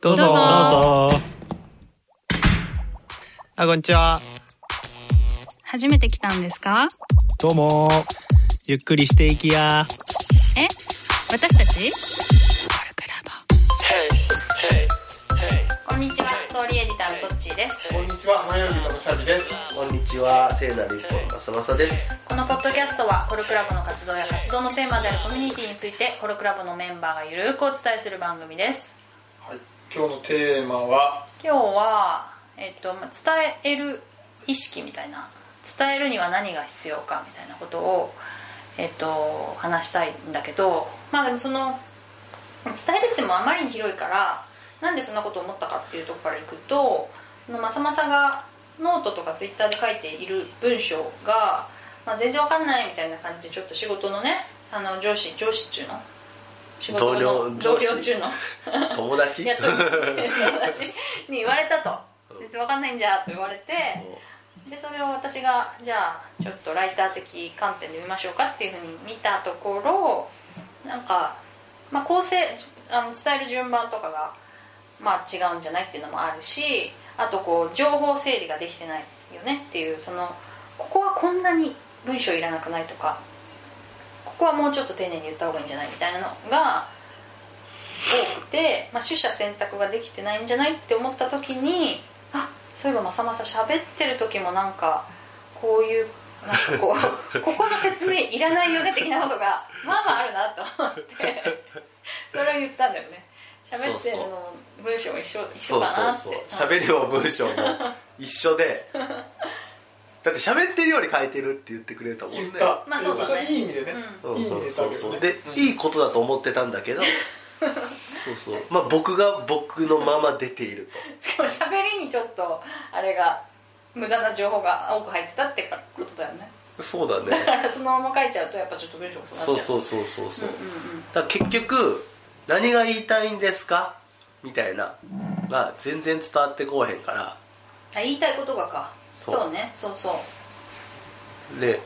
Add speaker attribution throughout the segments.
Speaker 1: どうぞ
Speaker 2: どうぞ
Speaker 1: あ、こんにちは。
Speaker 2: 初めて来たんですか
Speaker 1: どうも。ゆっくりしていきや。
Speaker 2: え私たちこんにちは、ストーリーエディターのトッチーです。
Speaker 3: こんにちは、マヨルビとムサビです。
Speaker 4: こんにちは、聖なる一本まさまさです。
Speaker 2: このポッドキャストは、コルクラボの活動や活動のテーマであるコミュニティについて、コルクラボのメンバーがゆるくお伝えする番組です。
Speaker 3: はい、今日のテーマは、
Speaker 2: 今日は、えっと、まあ伝える意識みたいな、伝えるには何が必要かみたいなことを、えっと、話したいんだけど、まあでもその、伝えるってもあまりに広いからなんでそんなこと思ったかっていうところからいくとあのまさまさがノートとかツイッターで書いている文章が、まあ、全然わかんないみたいな感じでちょっと仕事のねあの上司上司中の仕事の
Speaker 4: 同僚上司
Speaker 2: 同僚中の
Speaker 4: 友達
Speaker 2: やっと友達に言われたと全然わかんないんじゃと言われてでそれを私がじゃあちょっとライター的観点で見ましょうかっていうふうに見たところなんか、まあ、構成あの伝える順番とかが、まあ、違うんじゃないっていうのもあるしあとこう情報整理ができてないよねっていうそのここはこんなに文章いらなくないとかここはもうちょっと丁寧に言った方がいいんじゃないみたいなのが多くて、まあ、取捨選択ができてないんじゃないって思った時にあそういえばまさまさ喋ってる時もなんかこういうなんかこ うここの説明いらないよね的なことがまあまああるなと思ってそれを言ったんだよね喋ってるのも文章も一緒一緒
Speaker 4: そう
Speaker 2: か
Speaker 4: そ
Speaker 2: な
Speaker 4: う
Speaker 2: って
Speaker 4: そう。喋りも文章も一緒で。だって喋ってるより書いてるって言ってくれると思う
Speaker 3: 言っ
Speaker 4: んだ
Speaker 3: た
Speaker 4: よ。。
Speaker 2: まあそうだね
Speaker 3: それいい意味でね。
Speaker 4: うん
Speaker 3: いい意味で
Speaker 4: そ
Speaker 3: だ
Speaker 4: う
Speaker 3: け
Speaker 4: そ
Speaker 3: ど
Speaker 4: う。
Speaker 3: ね。
Speaker 4: で、いいことだと思ってたんだけど。そうそう。まあ僕が僕のまま出ている
Speaker 2: しかも喋りにちょっとあれが無駄な情報が多く入ってたってことだよね
Speaker 4: と。そうだ
Speaker 2: だ
Speaker 4: ね。
Speaker 2: からそのまま書いちゃうとやっぱちょっと文章が
Speaker 4: そう
Speaker 2: なっちゃう
Speaker 4: そうそうそうそう。
Speaker 2: うんうんうん
Speaker 4: だから結局何が言いたいんですかみたいなが全然伝わってこうへんから。
Speaker 2: あ言いたいことがかそ
Speaker 4: そうう
Speaker 2: ねそうそう
Speaker 4: で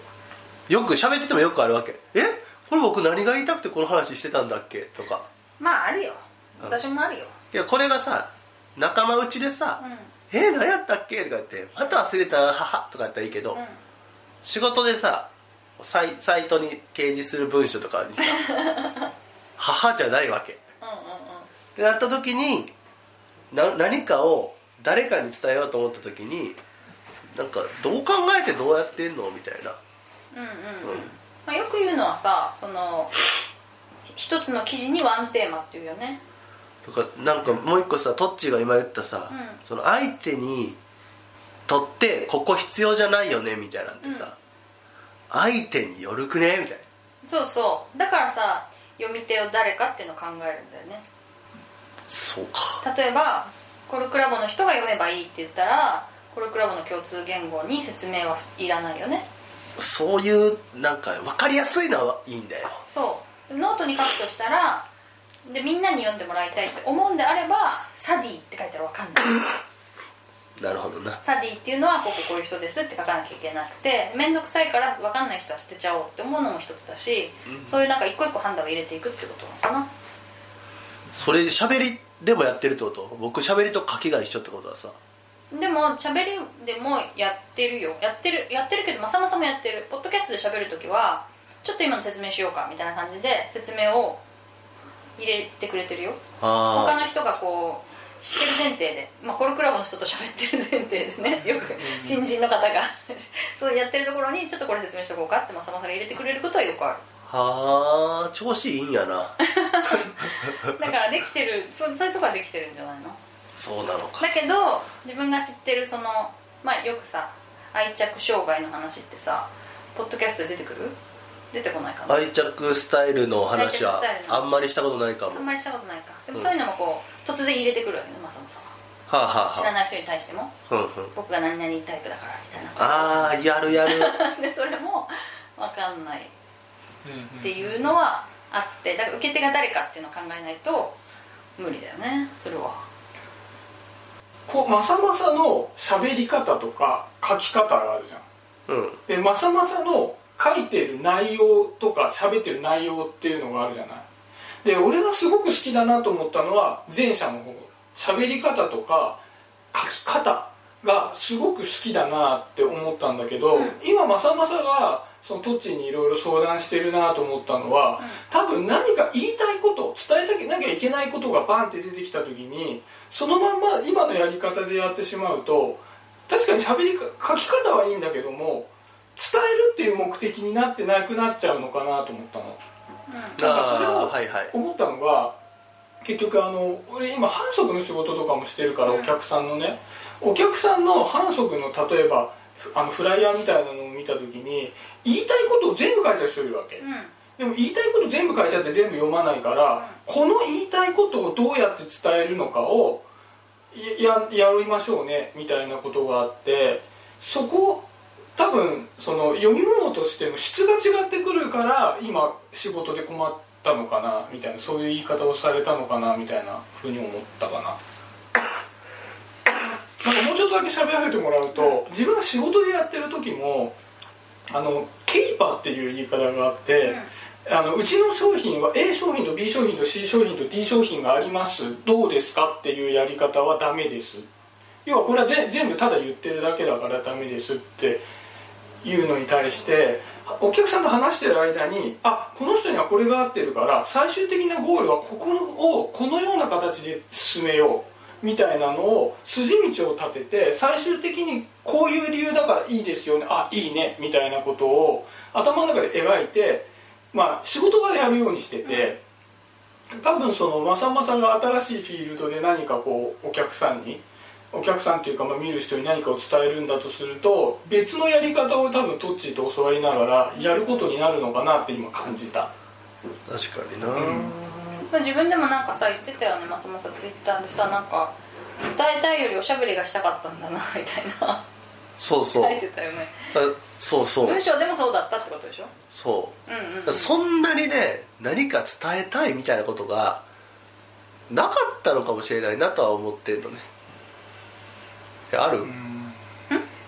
Speaker 4: よく喋っててもよくあるわけ「えこれ僕何が言いたくてこの話してたんだっけ?」とか
Speaker 2: まああるよ
Speaker 4: うん
Speaker 2: 私もあるよ
Speaker 4: いやこれがさ仲間内でさ
Speaker 2: うんうん
Speaker 4: 「え何やったっけ?」とか言って「また忘れたはは」とかやったらいいけど、仕事でさサイサイトに掲示する文書とかに さ「母」じゃないわけっ
Speaker 2: う
Speaker 4: てなった時にな何かを誰かに伝えようと思った時になんかどう考えてどうやってんのみたいな
Speaker 2: うんうんうんうん
Speaker 4: うん
Speaker 2: まあよく言うのはさそのひ一つの記事にワンテーマっていうよね
Speaker 4: とかなんかもう一個さトッチーが今言ったさ、
Speaker 2: うん
Speaker 4: その相手にとってここ必要じゃないよねみたいなんてさ、相手によるくねみたいな
Speaker 2: そうそうだからさ読み手を誰かっていうのを考えるんだよね
Speaker 4: そうか
Speaker 2: 例えばコルクラボの人が読めばいいって言ったらコルクラボの共通言語に説明はいらないよね
Speaker 4: そういうなんか分かりやすいのはいいんだよ
Speaker 2: そうノートに書くとしたらでみんなに読んでもらいたいって思うんであれば「サディ」って書いたらわか んない
Speaker 4: なるほどな
Speaker 2: サディっていうのはこうこうこういう人ですって書かなきゃいけなくて面倒くさいから分かんない人は捨てちゃおうって思うのも一つだし、
Speaker 4: うん
Speaker 2: そういうなんか一個一個判断を入れていくってことなのかな
Speaker 4: それ喋りでもやってるってこと僕喋りと書きが一緒ってことはさ
Speaker 2: でも喋りでもやってるよやってるやってるけどまさまさもやってるポッドキャストで喋るときはちょっと今の説明しようかみたいな感じで説明を入れてくれてるよ他
Speaker 4: あ
Speaker 2: の人がこう知ってる前提で、まあ、コルクラボの人と喋ってる前提でねよく新人の方が そうやってるところにちょっとこれ説明しとこうかってまさまさが入れてくれることはよくあ
Speaker 4: あはあ調子いいん やな
Speaker 2: るだからできてるそうそういうとこはできてるんじゃない の
Speaker 4: そうなのか
Speaker 2: だけど自分が知ってるそのまあよくさ愛着障害の話ってさポッドキャストで出てくる出てこないかな
Speaker 4: 愛着スタイルの話
Speaker 2: 愛
Speaker 4: は
Speaker 2: 着スタイルの話
Speaker 4: あんまりしたことないかも
Speaker 2: あんまりしたことないかでも
Speaker 4: うん
Speaker 2: そういうのもこう突然入れてくるわけねまさまさは
Speaker 4: はあは
Speaker 2: 知らない人に対しても
Speaker 4: あはあうんうん
Speaker 2: 僕が何々タイプだからみたいな
Speaker 4: ああやるやる
Speaker 2: でそれも分かんないっ
Speaker 3: うん
Speaker 2: ていうのはあってだから受け手が誰かっていうのを考えないと無理だよねそれは
Speaker 3: こう、まさまさの喋り方とか書き方があるじゃん。
Speaker 4: うん
Speaker 3: で、まさまさの書いてる内容とか喋ってる内容っていうのがあるじゃない。で、俺がすごく好きだなと思ったのは前者の方喋り方とか書き方がすごく好きだなって思ったんだけど、
Speaker 2: うん
Speaker 3: 今まさまさがそのトッチーにいろいろ相談してるなと思ったのは、
Speaker 2: うん
Speaker 3: 多分何か言いたいこと伝えたけなきゃいけないことがバンって出てきた時にそのまんま今のやり方でやってしまうと確かに喋りか書き方はいいんだけども伝えるっていう目的になってなくなっちゃうのかなと思ったの。
Speaker 2: う
Speaker 3: なんかそれ
Speaker 4: あ
Speaker 3: を
Speaker 4: あはいはい
Speaker 3: 思ったのが結局あの俺今反則の仕事とかもしてるから
Speaker 2: うん
Speaker 3: お客さんのね、お客さんの反則の例えばふあのフライヤーみたいなのを見た時に言いたいことを全部書いちゃう人いるわけ、
Speaker 2: んうん
Speaker 3: でも言いたいこと全部書いちゃって全部読まないから、
Speaker 2: うん
Speaker 3: この言いたいことをどうやって伝えるのかをやややりましょうねみたいなことがあってそこ多分その読み物としての質が違ってくるから今仕事で困ったのかなみたいなそういう言い方をされたのかなみたいなふうに思ったかな。なんかもうちょっとだけ喋らせてもらうと自分が仕事でやってる時もあのケイパーっていう言い方があって、あのうちの商品は A 商品と B 商品と C 商品と D 商品がありますどうですかっていうやり方はダメです要はこれはぜ全部ただ言ってるだけだからダメですっていうのに対してお客さんと話してる間にあこの人にはこれが合ってるから最終的なゴールはここをこのような形で進めようみたいなのを筋道を立てて最終的にこういう理由だからいいですよねあいいねみたいなことを頭の中で描いてまあ、仕事場でやるようにしてて、多分そのまさまさが新しいフィールドで何かこうお客さんにお客さんというか、まあ、見る人に何かを伝えるんだとすると別のやり方を多分トッチーと教わりながらやることになるのかなって今感じた
Speaker 4: 確かにな、
Speaker 2: まあ自分でもなんかさ言ってたよねますますツイッターでさなんか伝えたいよりおしゃべりがしたかったんだな みたいな
Speaker 4: そうそう
Speaker 2: 書
Speaker 4: だ
Speaker 2: いてたよね
Speaker 4: そうそう
Speaker 2: 文章でもそうだったってことでしょ
Speaker 4: そう
Speaker 2: うんうんうん
Speaker 4: だからそんなにね何か伝えたいみたいなことがなかったのかもしれないなとは思ってるのねえあるうん、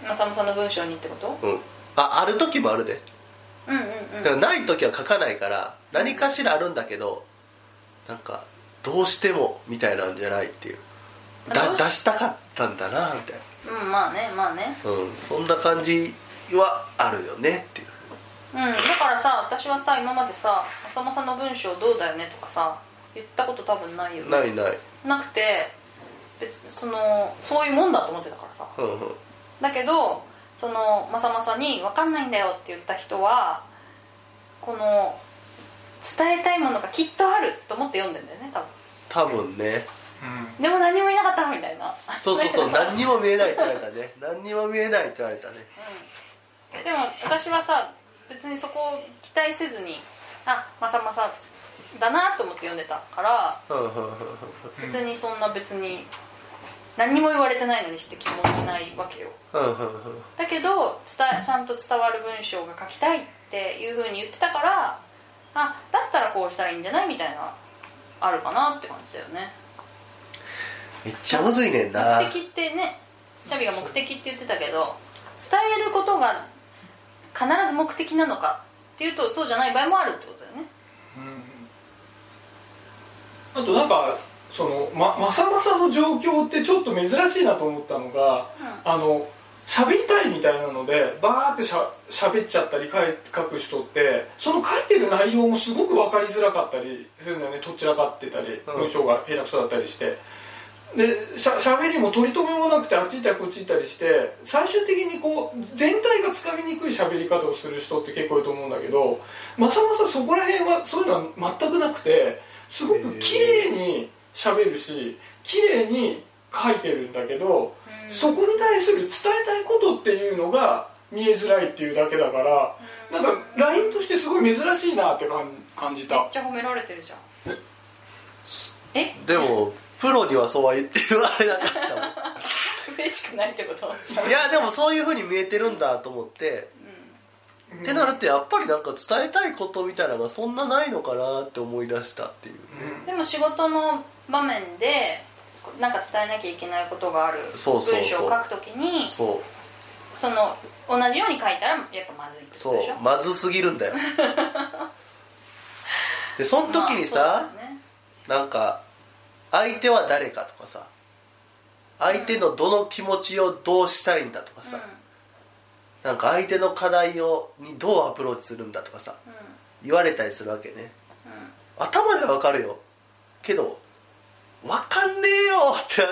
Speaker 2: まさむさんの文章にってこと
Speaker 4: あある時もあるで
Speaker 2: うんうん
Speaker 4: だ
Speaker 2: う
Speaker 4: か
Speaker 2: ん
Speaker 4: らない時は書かないから何かしらあるんだけどなんかどうしてもみたいなんじゃないっていうだ出したかったんだなみたい
Speaker 2: うんまあねまあね
Speaker 4: な、うん、そんな感じはあるよねっていう
Speaker 2: うんだからさ私はさ今までさ「浅間さんの文章どうだよね」とかさ言ったこと多分ないよね
Speaker 4: ないない、
Speaker 2: なくて別にそのそういうもんだと思ってたからさ
Speaker 4: うんうん、
Speaker 2: だけどそのまさまさに「分かんないんだよ」って言った人はこの伝えたいものがきっとあると思って読んでんだよね多分
Speaker 4: 多分ね
Speaker 2: でも何もいなかったみたいな
Speaker 4: そうそう そう
Speaker 2: だけど
Speaker 4: 何にも見えないって言われたね何にも見えないって言われたね
Speaker 2: でも私はさ別にそこを期待せずにあまさまさだなと思って読んでたから
Speaker 4: うんうんうんうん
Speaker 2: 別にそんな別に何にも言われてないのにして気もしないわけよ
Speaker 4: うんうんうん
Speaker 2: だけど伝えちゃんと伝わる文章が書きたいっていうふうに言ってたからあだったらこうしたらいいんじゃないみたいなあるかなって感じだよね
Speaker 4: めっちゃむずいねんな
Speaker 2: 目的ってねシャビが目的って言ってたけど伝えることが必ず目的なのかっていうとそうじゃない場合もあるってことだよね
Speaker 3: あとなんかそのままさまさの状況ってちょっと珍しいなと思ったのが、あの喋りたいみたいなのでバーってしゃ喋っちゃったり書い書く人ってその書いてる内容もすごく分かりづらかったりするんだよねとっちらかってたり
Speaker 4: うん
Speaker 3: 文章が下手くそだったりして。でしゃ喋りも取り留めもなくてあっち行ったりこっち行ったりして最終的にこう全体がつかみにくい喋り方をする人って結構いると思うんだけどまさまさそこら辺はそういうのは全くなくてすごく綺麗に喋るし綺麗に書いてるんだけど
Speaker 2: うん
Speaker 3: そこに対する伝えたいことっていうのが見えづらいっていうだけだからなんか LINE としてすごい珍しいなって感感じ
Speaker 2: め
Speaker 3: た
Speaker 2: っちゃ褒められてる じゃんえ
Speaker 4: でもプロにはそうは言って言われなかった
Speaker 2: 嬉しくないってこと
Speaker 4: もんいやでもそういうふうに見えてるんだと思って、ってなるとやっぱりなんか伝えたいことみたいなのがそんなないのかなって思い出したっていう、
Speaker 2: でも仕事の場面でなんか伝えなきゃいけないことがある
Speaker 4: そうそうそう
Speaker 2: 文章を書くときにそ
Speaker 4: そう
Speaker 2: の同じように書いたらやっぱまずいってこと
Speaker 4: そ
Speaker 2: でしょ
Speaker 4: うまずすぎるんだよ でその時にさ、
Speaker 2: まあそうだよね
Speaker 4: なんか相手は誰かとかさ相手のどの気持ちをどうしたいんだとかさ、なんか相手の課題をにどうアプローチするんだとかさ
Speaker 2: うんうん
Speaker 4: 言われたりするわけね
Speaker 2: うん
Speaker 4: 頭ではわかるよけどわかんねえよって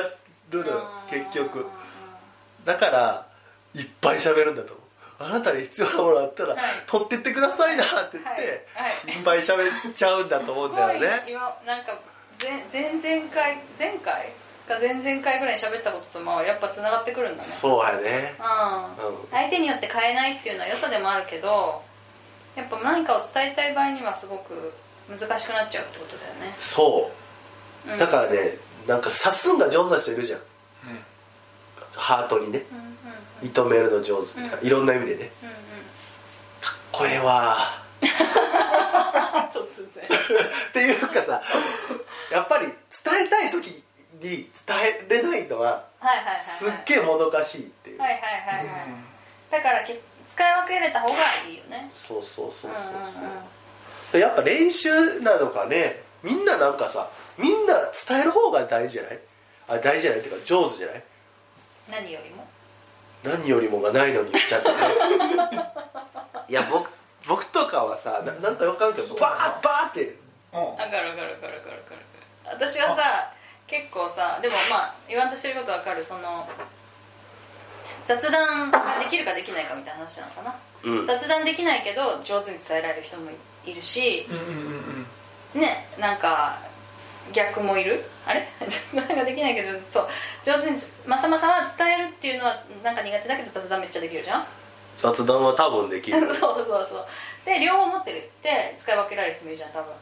Speaker 4: なるのよ結局だからいっぱい喋るんだと思うあなたに必要なものあった
Speaker 2: は
Speaker 4: ら、
Speaker 2: い
Speaker 4: 取ってってくださいなって言って、
Speaker 2: はい
Speaker 4: い、っぱい喋っちゃうんだと思うんだよ
Speaker 2: すごい
Speaker 4: ね
Speaker 2: 今なんか前前々回前回か前々回ぐらいに喋ったこととまあやっぱつながってくるんだね
Speaker 4: そうやね
Speaker 2: うん
Speaker 4: うん
Speaker 2: 相手によって変えないっていうのは良さでもあるけどやっぱ何かを伝えたい場合にはすごく難しくなっちゃうってことだよね
Speaker 4: そううんだからねなんか刺すんが上手な人いるじゃん
Speaker 3: うん
Speaker 4: ハートにね
Speaker 2: うんうんうん
Speaker 4: 射止めるの上手みたいな、
Speaker 2: うん
Speaker 4: いろんな意味でね
Speaker 2: うんうん
Speaker 4: かっこええわ
Speaker 2: あ突然
Speaker 4: っていうかさやっぱり伝えたい時に伝えれないのは
Speaker 2: はいはいはいはい
Speaker 4: すっげえもどかしいっていう、
Speaker 2: はいはいはいはいだからけ使い分けれた方がいいよね
Speaker 4: そうそうそうそうそう、
Speaker 2: んんん
Speaker 4: やっぱ練習なのかねみんななんかさみんな伝える方が大事じゃないあ大事じゃないっていうか上手じゃない
Speaker 2: 何よりも
Speaker 4: 何よりもがないのに言っちゃってね いや僕僕とかはさななんかよくあるけどバーッバーって
Speaker 3: うん
Speaker 2: わかるわかるわかるわかるわかる私はさ結構さでもまあ言わんとしてることわかるその雑談ができるかできないかみたいな話なのかな、
Speaker 4: うん
Speaker 2: 雑談できないけど上手に伝えられる人もいいるし
Speaker 3: うんうんうん
Speaker 2: ねなんか逆もいるあれ 雑談ができないけどそう上手にまさまさは伝えるっていうのはなんか苦手だけど雑談めっちゃできるじゃん
Speaker 4: 雑談は多分でき
Speaker 2: そ
Speaker 4: る
Speaker 2: うそうそうで両方持ってるって使い分けられる人もいるじゃん多分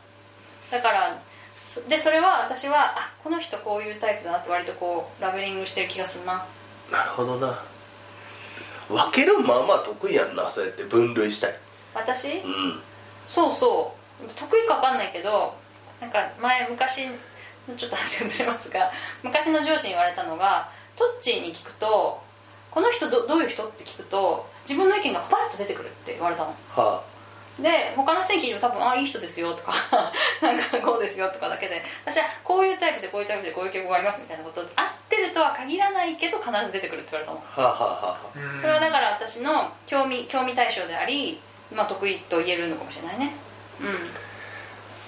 Speaker 2: だからそでそれは私はあこの人こういうタイプだなって割とこうラベリングしてる気がするな
Speaker 4: なるほどな分けるんまあまあ得意やんなそうやって分類したり
Speaker 2: 私、
Speaker 4: うん
Speaker 2: そうそう得意か分かんないけどなんか前昔ちょっと話がずれますが昔の上司に言われたのがトッチーに聞くとこの人どどういう人って聞くと自分の意見がパッと出てくるって言われたの
Speaker 4: は
Speaker 2: で他の人に聞いても多分「あいい人ですよ」とか 「なんかこうですよ」とかだけで私はこういうタイプでこういうタイプでこういう傾向がありますみたいなこと合ってるとは限らないけど必ず出てくるって言われたの
Speaker 4: あはあはあはあ
Speaker 3: うん
Speaker 2: それはだから私の興味興味対象であり、まあ、得意と言えるのかもしれないねうん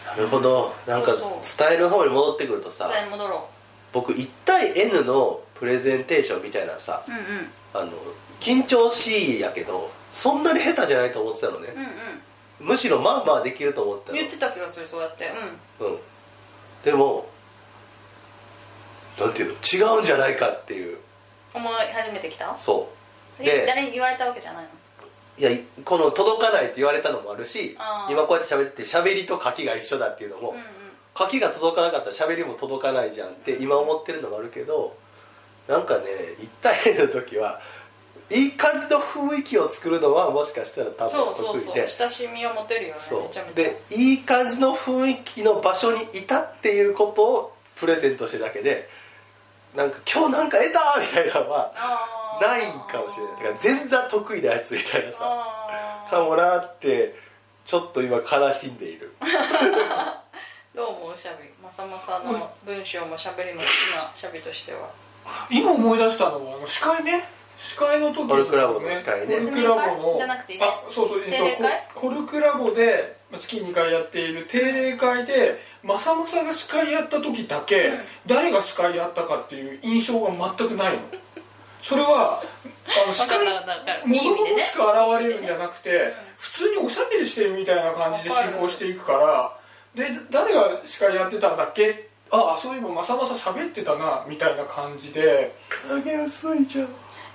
Speaker 4: なるほどなんか
Speaker 2: そう
Speaker 4: 伝える方に戻ってくるとさ
Speaker 2: 伝え戻ろ
Speaker 4: 僕1対 N のプレゼンテーションみたいなさ
Speaker 2: ううんうん
Speaker 4: あの緊張しいやけどそんなに下手じゃないと思ってたのね
Speaker 2: うん
Speaker 4: むしろまあまあできると思っ
Speaker 2: う
Speaker 4: てた
Speaker 2: ん
Speaker 4: の
Speaker 2: 言ってた気がするそうやってう
Speaker 4: うんでもなんていうの違うんじゃないかっていうん
Speaker 2: 思い始めてきた
Speaker 4: そう
Speaker 2: え
Speaker 4: で
Speaker 2: 誰に言われたわけじゃないの
Speaker 4: いやこの届かないって言われたのもあるし
Speaker 2: あー
Speaker 4: 今こうやって喋ってて喋りと書きが一緒だっていうのも、
Speaker 2: うんうん
Speaker 4: 書きが届かなかったら喋りも届かないじゃんって今思ってるのもあるけどなんかね一対一の時はいい感じの雰囲気を作るのはもしかしたら多
Speaker 2: そうそ
Speaker 4: 分
Speaker 2: う
Speaker 4: 得
Speaker 2: そ
Speaker 4: 意
Speaker 2: う
Speaker 4: で
Speaker 2: 親しみを持てるよねめちゃ
Speaker 4: そう
Speaker 2: めちゃ
Speaker 4: でいい感じの雰囲気の場所にいたっていうことをプレゼントしてるだけでなんか今日なんか得たみたいなのは
Speaker 2: あー
Speaker 4: ないんかもしれないだから全然得意なやつみたいなさ
Speaker 2: あー
Speaker 4: かもなってちょっと今悲しんで いる
Speaker 2: どうもおしゃべりまさまさの文章もしゃべりも好きなしゃべりとしては
Speaker 3: 今思い出したのはあの司会ね司会の時にね
Speaker 4: コルクラボの司会ね
Speaker 3: コルクラボの
Speaker 2: じゃなくてね
Speaker 3: あそうそう、
Speaker 2: 定例会
Speaker 3: ココルクラボでまあ月2回やっている定例会でまさまさが司会やった時だけ、
Speaker 2: うん
Speaker 3: 誰が司会やったかっていう印象が全くないのそれはあの司
Speaker 2: 分か
Speaker 3: 会
Speaker 2: る分かる分かるい
Speaker 3: も
Speaker 2: い意
Speaker 3: の
Speaker 2: 味
Speaker 3: も
Speaker 2: でね
Speaker 3: しか現れるんじゃなくて、普通におしゃべりしてるみたいな感じで進行していくからで誰が司会やってたんだっけああそういえばまさまさ喋ってたなみたいな感じで
Speaker 4: 影薄いじゃん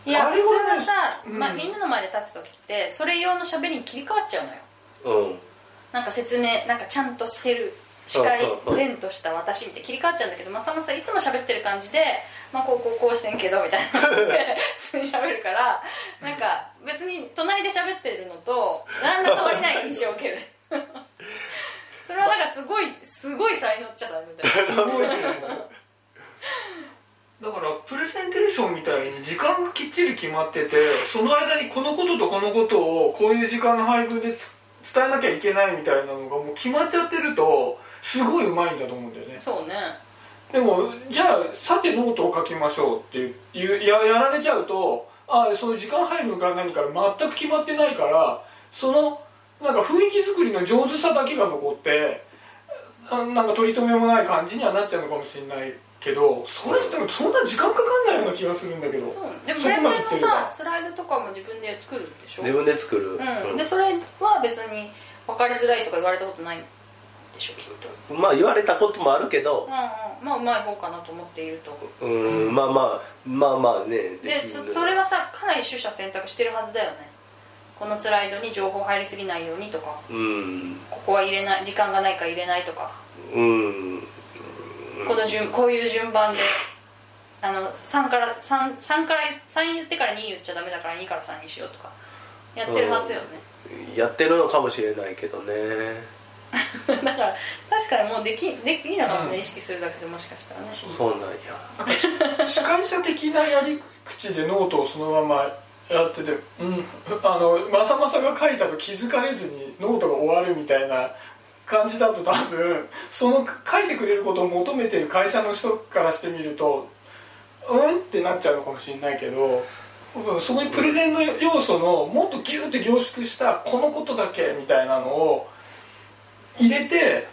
Speaker 2: いや
Speaker 3: あ
Speaker 2: 普
Speaker 3: れ
Speaker 2: 通
Speaker 3: はね
Speaker 2: はさ、
Speaker 3: うん
Speaker 2: まあ、みんなの前で立つ時ってそれ用のしゃべりに切り替わっちゃうのよ
Speaker 4: うん
Speaker 2: なんか説明なんかちゃんとしてる司会
Speaker 4: うんうんうん
Speaker 2: 善とした私って切り替わっちゃうんだけどまさまさいつも喋ってる感じでまあこうこうこうしてんけどみたいな感じで普通に喋るからなんか別に隣で喋ってるのと何ら変わりない印象を受けるそれはなんかすごいすごい才能っちゃダメだよ
Speaker 3: すごいねだからプレゼンテーションみたいに時間がきっちり決まっててその間にこのこととこのことをこういう時間の配分でつ伝えなきゃいけないみたいなのがもう決まっちゃってるとすごいうまいんだと思うんだよね
Speaker 2: そうね
Speaker 3: でもじゃあさてノートを書きましょうっていういうややられちゃうとあそういう時間配分から何から全く決まってないからそのなんか雰囲気作りの上手さだけが残ってあなんか取り留めもない感じにはなっちゃうのかもしれないけどそれでもそんな時間かかんないような気がするんだけど
Speaker 2: そうでも
Speaker 3: そ
Speaker 2: プレ
Speaker 3: こま
Speaker 2: ゼ
Speaker 3: で
Speaker 2: ンの
Speaker 3: 言ってるから
Speaker 2: さスライドとかも自分で作るでしょ
Speaker 4: 自分で作る、
Speaker 2: うん、でそれは別に分かりづらいとか言われたことないんでしょきっと、
Speaker 4: うんまあ言われたこともあるけ
Speaker 2: う
Speaker 4: ど
Speaker 2: んうん、まあうまい方かなと思っていると
Speaker 4: うん、まあまあまあまあね
Speaker 2: で
Speaker 4: きる
Speaker 2: そそれはさかなり取捨選択してるはずだよねこのスライドに情報入りすぎないようにとか
Speaker 4: うん
Speaker 2: ここは入れない時間がないから入れないとか
Speaker 4: うん
Speaker 2: この順こういう順番であの3から三三から三言ってから2言っちゃダメだから2から3にしようとかやってるはずよね、
Speaker 4: やってるのかもしれないけどね
Speaker 2: だから確かにもうできできなのかもね、
Speaker 3: うん
Speaker 2: 意識するだけでもしかしたらね
Speaker 4: そうなん や
Speaker 3: 司会者的なやり口でノートをそのままやってて、うん、あのまさまさが書いたと気づかれずにノートが終わるみたいな感じだと多分その書いてくれることを求めてる会社の人からしてみるとうんってなっちゃうのかもしれないけどうんそこにプレゼンの要素のもっとギューって凝縮したこのことだけみたいなのを入れて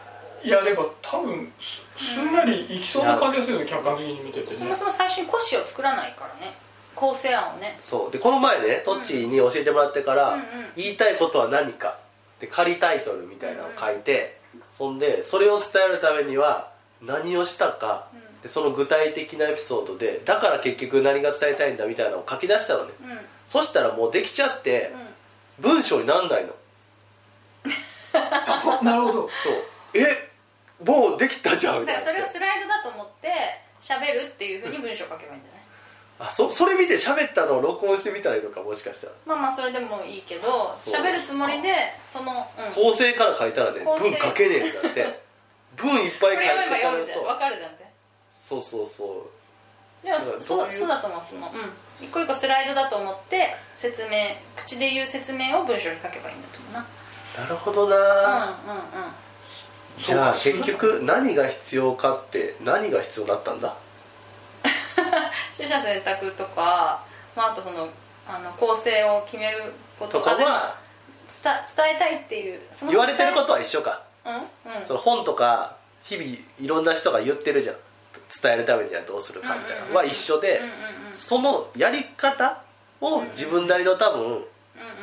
Speaker 3: やれば多分すすんなりいきそうな感じがするよね客観的に見ててね。
Speaker 2: そもそも最初に骨子を作らないからね構成案をね
Speaker 4: そうでこの前ねトッチーに教えてもらってから、
Speaker 2: うんうん
Speaker 4: 言いたいことは何かで仮タイトルみたいなのを書いて、そんでそれを伝えるためには何をしたか、
Speaker 2: うん
Speaker 4: でその具体的なエピソードでだから結局何が伝えたいんだみたいなのを書き出したのね、
Speaker 2: うんうん
Speaker 4: そしたらもうできちゃって文章になんないの
Speaker 3: なるほど
Speaker 4: そうえもうできたじゃんみ
Speaker 2: だ
Speaker 4: た
Speaker 2: か
Speaker 4: い
Speaker 2: ら
Speaker 4: な
Speaker 2: それをスライドだと思って喋るっていうふうに文章を書けばいいんじゃない、
Speaker 4: あそそれ見て喋ったのを録音してみたらいいのかもしかしたら
Speaker 2: まあまあそれでもいいけど
Speaker 4: そう
Speaker 2: 喋るつもりでその、うん、こ
Speaker 4: 構成から書いたらね
Speaker 2: 構成
Speaker 4: 文書けねえんだ って文いっぱい書
Speaker 2: れ
Speaker 4: いて
Speaker 2: 読めば
Speaker 4: か
Speaker 2: 読
Speaker 4: ら
Speaker 2: むじゃんわかるじゃんって
Speaker 4: そうそうそう
Speaker 2: でも
Speaker 4: だから
Speaker 2: そそ
Speaker 4: どう
Speaker 2: う
Speaker 4: いう
Speaker 2: そうだと思うその、うん、一個一個スライドだと思って説明口で言う説明を文章に書けばいいんだと思うな
Speaker 4: なるほどな、
Speaker 2: うんうんうん
Speaker 4: じゃあ結局何が必要かって何が必要だったんだ
Speaker 2: 取捨選択とか、まあ、あとそのあの構成を決めること
Speaker 4: とか
Speaker 2: かでも
Speaker 4: は
Speaker 2: 伝伝えたいっていうその
Speaker 4: 言われてることとは一緒か
Speaker 2: うんうん
Speaker 4: その本とか日々いろんな人が言ってるじゃん伝えるためにはどうするかみたいな
Speaker 2: うんうん
Speaker 4: のは一緒で
Speaker 2: うんうんうん
Speaker 4: そのやり方を自分なりの多分
Speaker 2: うんうん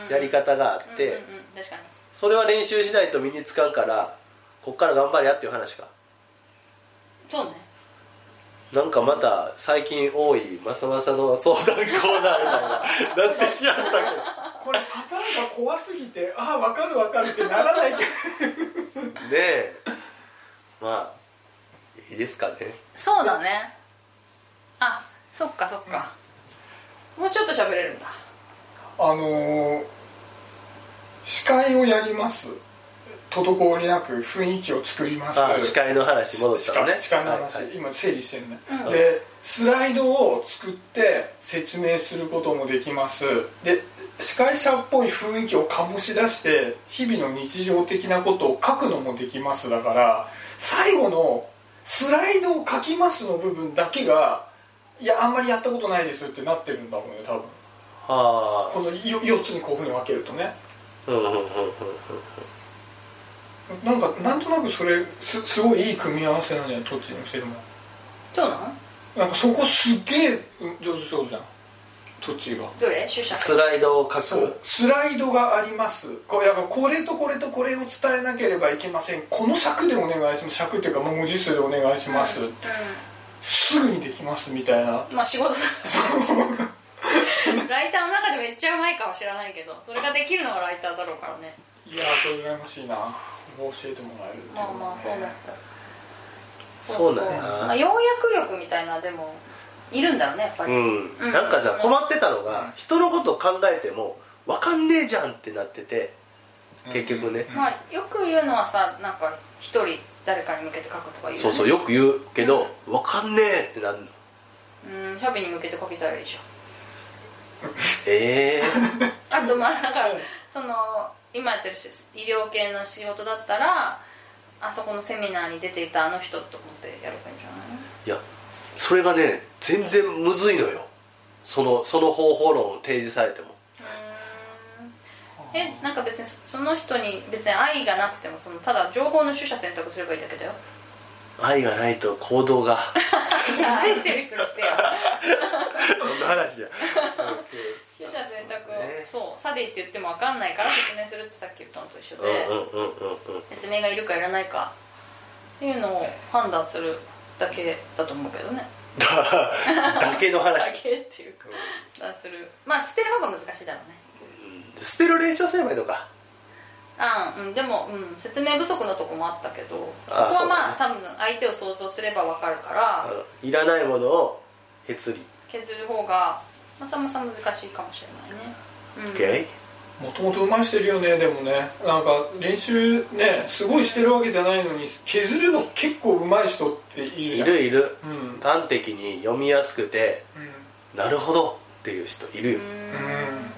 Speaker 4: やり方があっ
Speaker 2: うんう
Speaker 4: て
Speaker 2: んうん確かに
Speaker 4: それは練習しないと身につかんからこっから頑張れやっていう話か
Speaker 2: そうね
Speaker 4: なんかまた最近多いまさまさの相談コーナーみたいななってしまったけど
Speaker 3: これパターンが怖すぎてああ分かる分かるってならないけど
Speaker 4: ねえまあいいですかね
Speaker 2: そうだねあそっかそっか、もうちょっと喋れるんだ
Speaker 3: あのー司会をやります滞りなく雰囲気を作ります
Speaker 4: あ司会の話戻ったらね
Speaker 3: 司会の話、
Speaker 4: はいはい
Speaker 3: 今整理してるね、
Speaker 2: うん
Speaker 3: でスライドを作って説明することもできますで司会者っぽい雰囲気を醸し出して日々の日常的なことを書くのもできますだから最後の「スライドを書きます」の部分だけがいやあんまりやったことないですってなってるんだもんね多分
Speaker 4: はあ
Speaker 3: この4つにこういうふうに分けるとね
Speaker 4: うんうんうんうんうん
Speaker 3: なんかなんとなくそれすすごいいい組み合わせなんじゃないどっちにしても
Speaker 2: そうなの
Speaker 3: なんかそこすっげえ上手そうじゃん土地が
Speaker 2: どれ取捨
Speaker 4: スライドを書
Speaker 3: そう
Speaker 4: く
Speaker 3: スライドがありますこれだからこれとこれとこれを伝えなければいけませんこの尺でお願いします尺っていうかまあ文字数でお願いします、
Speaker 2: うん、
Speaker 3: すぐにできますみた いな
Speaker 2: まあ仕 事だライターの中でめっちゃうまいかは知らないけどそれができるのがライターだろうからね
Speaker 3: いやーこれ羨ましいなもう教えてもらえるっていう
Speaker 2: まあまあそうだった
Speaker 4: そうだ
Speaker 2: まあ
Speaker 4: な
Speaker 2: 要約力みたいなでもいるんだろうねやっぱり、
Speaker 4: う
Speaker 2: うんうん
Speaker 4: なんかじゃあ困ってたの
Speaker 3: う
Speaker 4: が
Speaker 3: ん
Speaker 4: 人のこと考えても分かんねえじゃんってなってて結局ね
Speaker 2: まあ、よく言うのはさなんか一人誰かに向けて書くとか言うよね
Speaker 4: そうそうよく言うけど分かんねえってなるの
Speaker 2: うんシャビに向けて書きたらいいじ
Speaker 4: ええ
Speaker 2: ゃんあとまあなんか
Speaker 3: うん
Speaker 2: その今やってるし医療系の仕事だったらあそこのセミナーに出ていたあの人と思ってやればいいんじゃない
Speaker 4: いやそれがね全然むずいのよそのその方法論を提示されても
Speaker 2: うんえなんか別にそその人に別に愛がなくてもそのただ情報の取捨選択すればいいだけだよ
Speaker 4: 愛がないと行動が
Speaker 2: じゃあ愛してる人にしてよ
Speaker 4: そんな話や
Speaker 2: 取捨選択
Speaker 4: ね
Speaker 2: をそう差で言って言っても分かんないから説明するってさっき言ったのと一緒
Speaker 4: うん
Speaker 2: で
Speaker 4: うんうんうんうん
Speaker 2: 説明がいるかいらないかっていうのを判断するだけだと思うけどね
Speaker 4: だだけの
Speaker 2: だ
Speaker 4: 話
Speaker 2: けっていうか判断するまあ捨てる方が難しいだろうね
Speaker 4: 捨てる練習すればいいのか
Speaker 2: あうん、でも、うん、説明不足のとこもあったけどそこ
Speaker 4: あ
Speaker 2: はまあ、
Speaker 4: そ
Speaker 2: 多分相手を想像すればわかるから
Speaker 4: うんいらないものをへつり
Speaker 2: 削る方がまさまさ難しいかもしれないね、うん
Speaker 4: OK?
Speaker 3: もともとうまいしてるよねでもねなんか練習ねすごいしてるわけじゃないのに削るの結構うまい人っている
Speaker 4: い
Speaker 3: じゃん
Speaker 4: るいる
Speaker 3: うんうん
Speaker 4: 端的に読みやすくてなるほどっていう人いるよ
Speaker 2: うん
Speaker 3: うん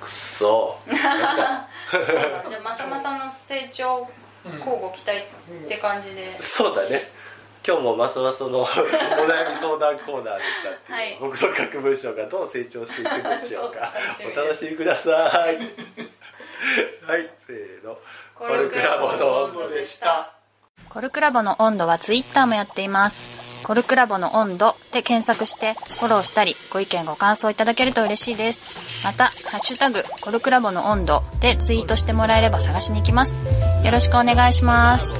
Speaker 4: くっそなんだ
Speaker 2: じゃあまさまさの成長
Speaker 3: うん
Speaker 2: 交互期待って感じ で、
Speaker 4: そうだね今日もますますのお悩み相談コーナーでしたっていう、
Speaker 2: はい
Speaker 4: 僕の各文章がどう成長していくんでしょうか
Speaker 2: そう
Speaker 4: お
Speaker 2: 楽
Speaker 4: 楽しみくださいはいせーの
Speaker 2: コ
Speaker 4: ルクラボの温
Speaker 3: 度でした
Speaker 2: コルクラボの温度はツイッターもやっていますコルクラボの温度で検索してフォローしたりご意見ご感想いただけると嬉しいですまた「ハッシュタグコルクラボの温度」でツイートしてもらえれば探しに行きますよろしくお願いします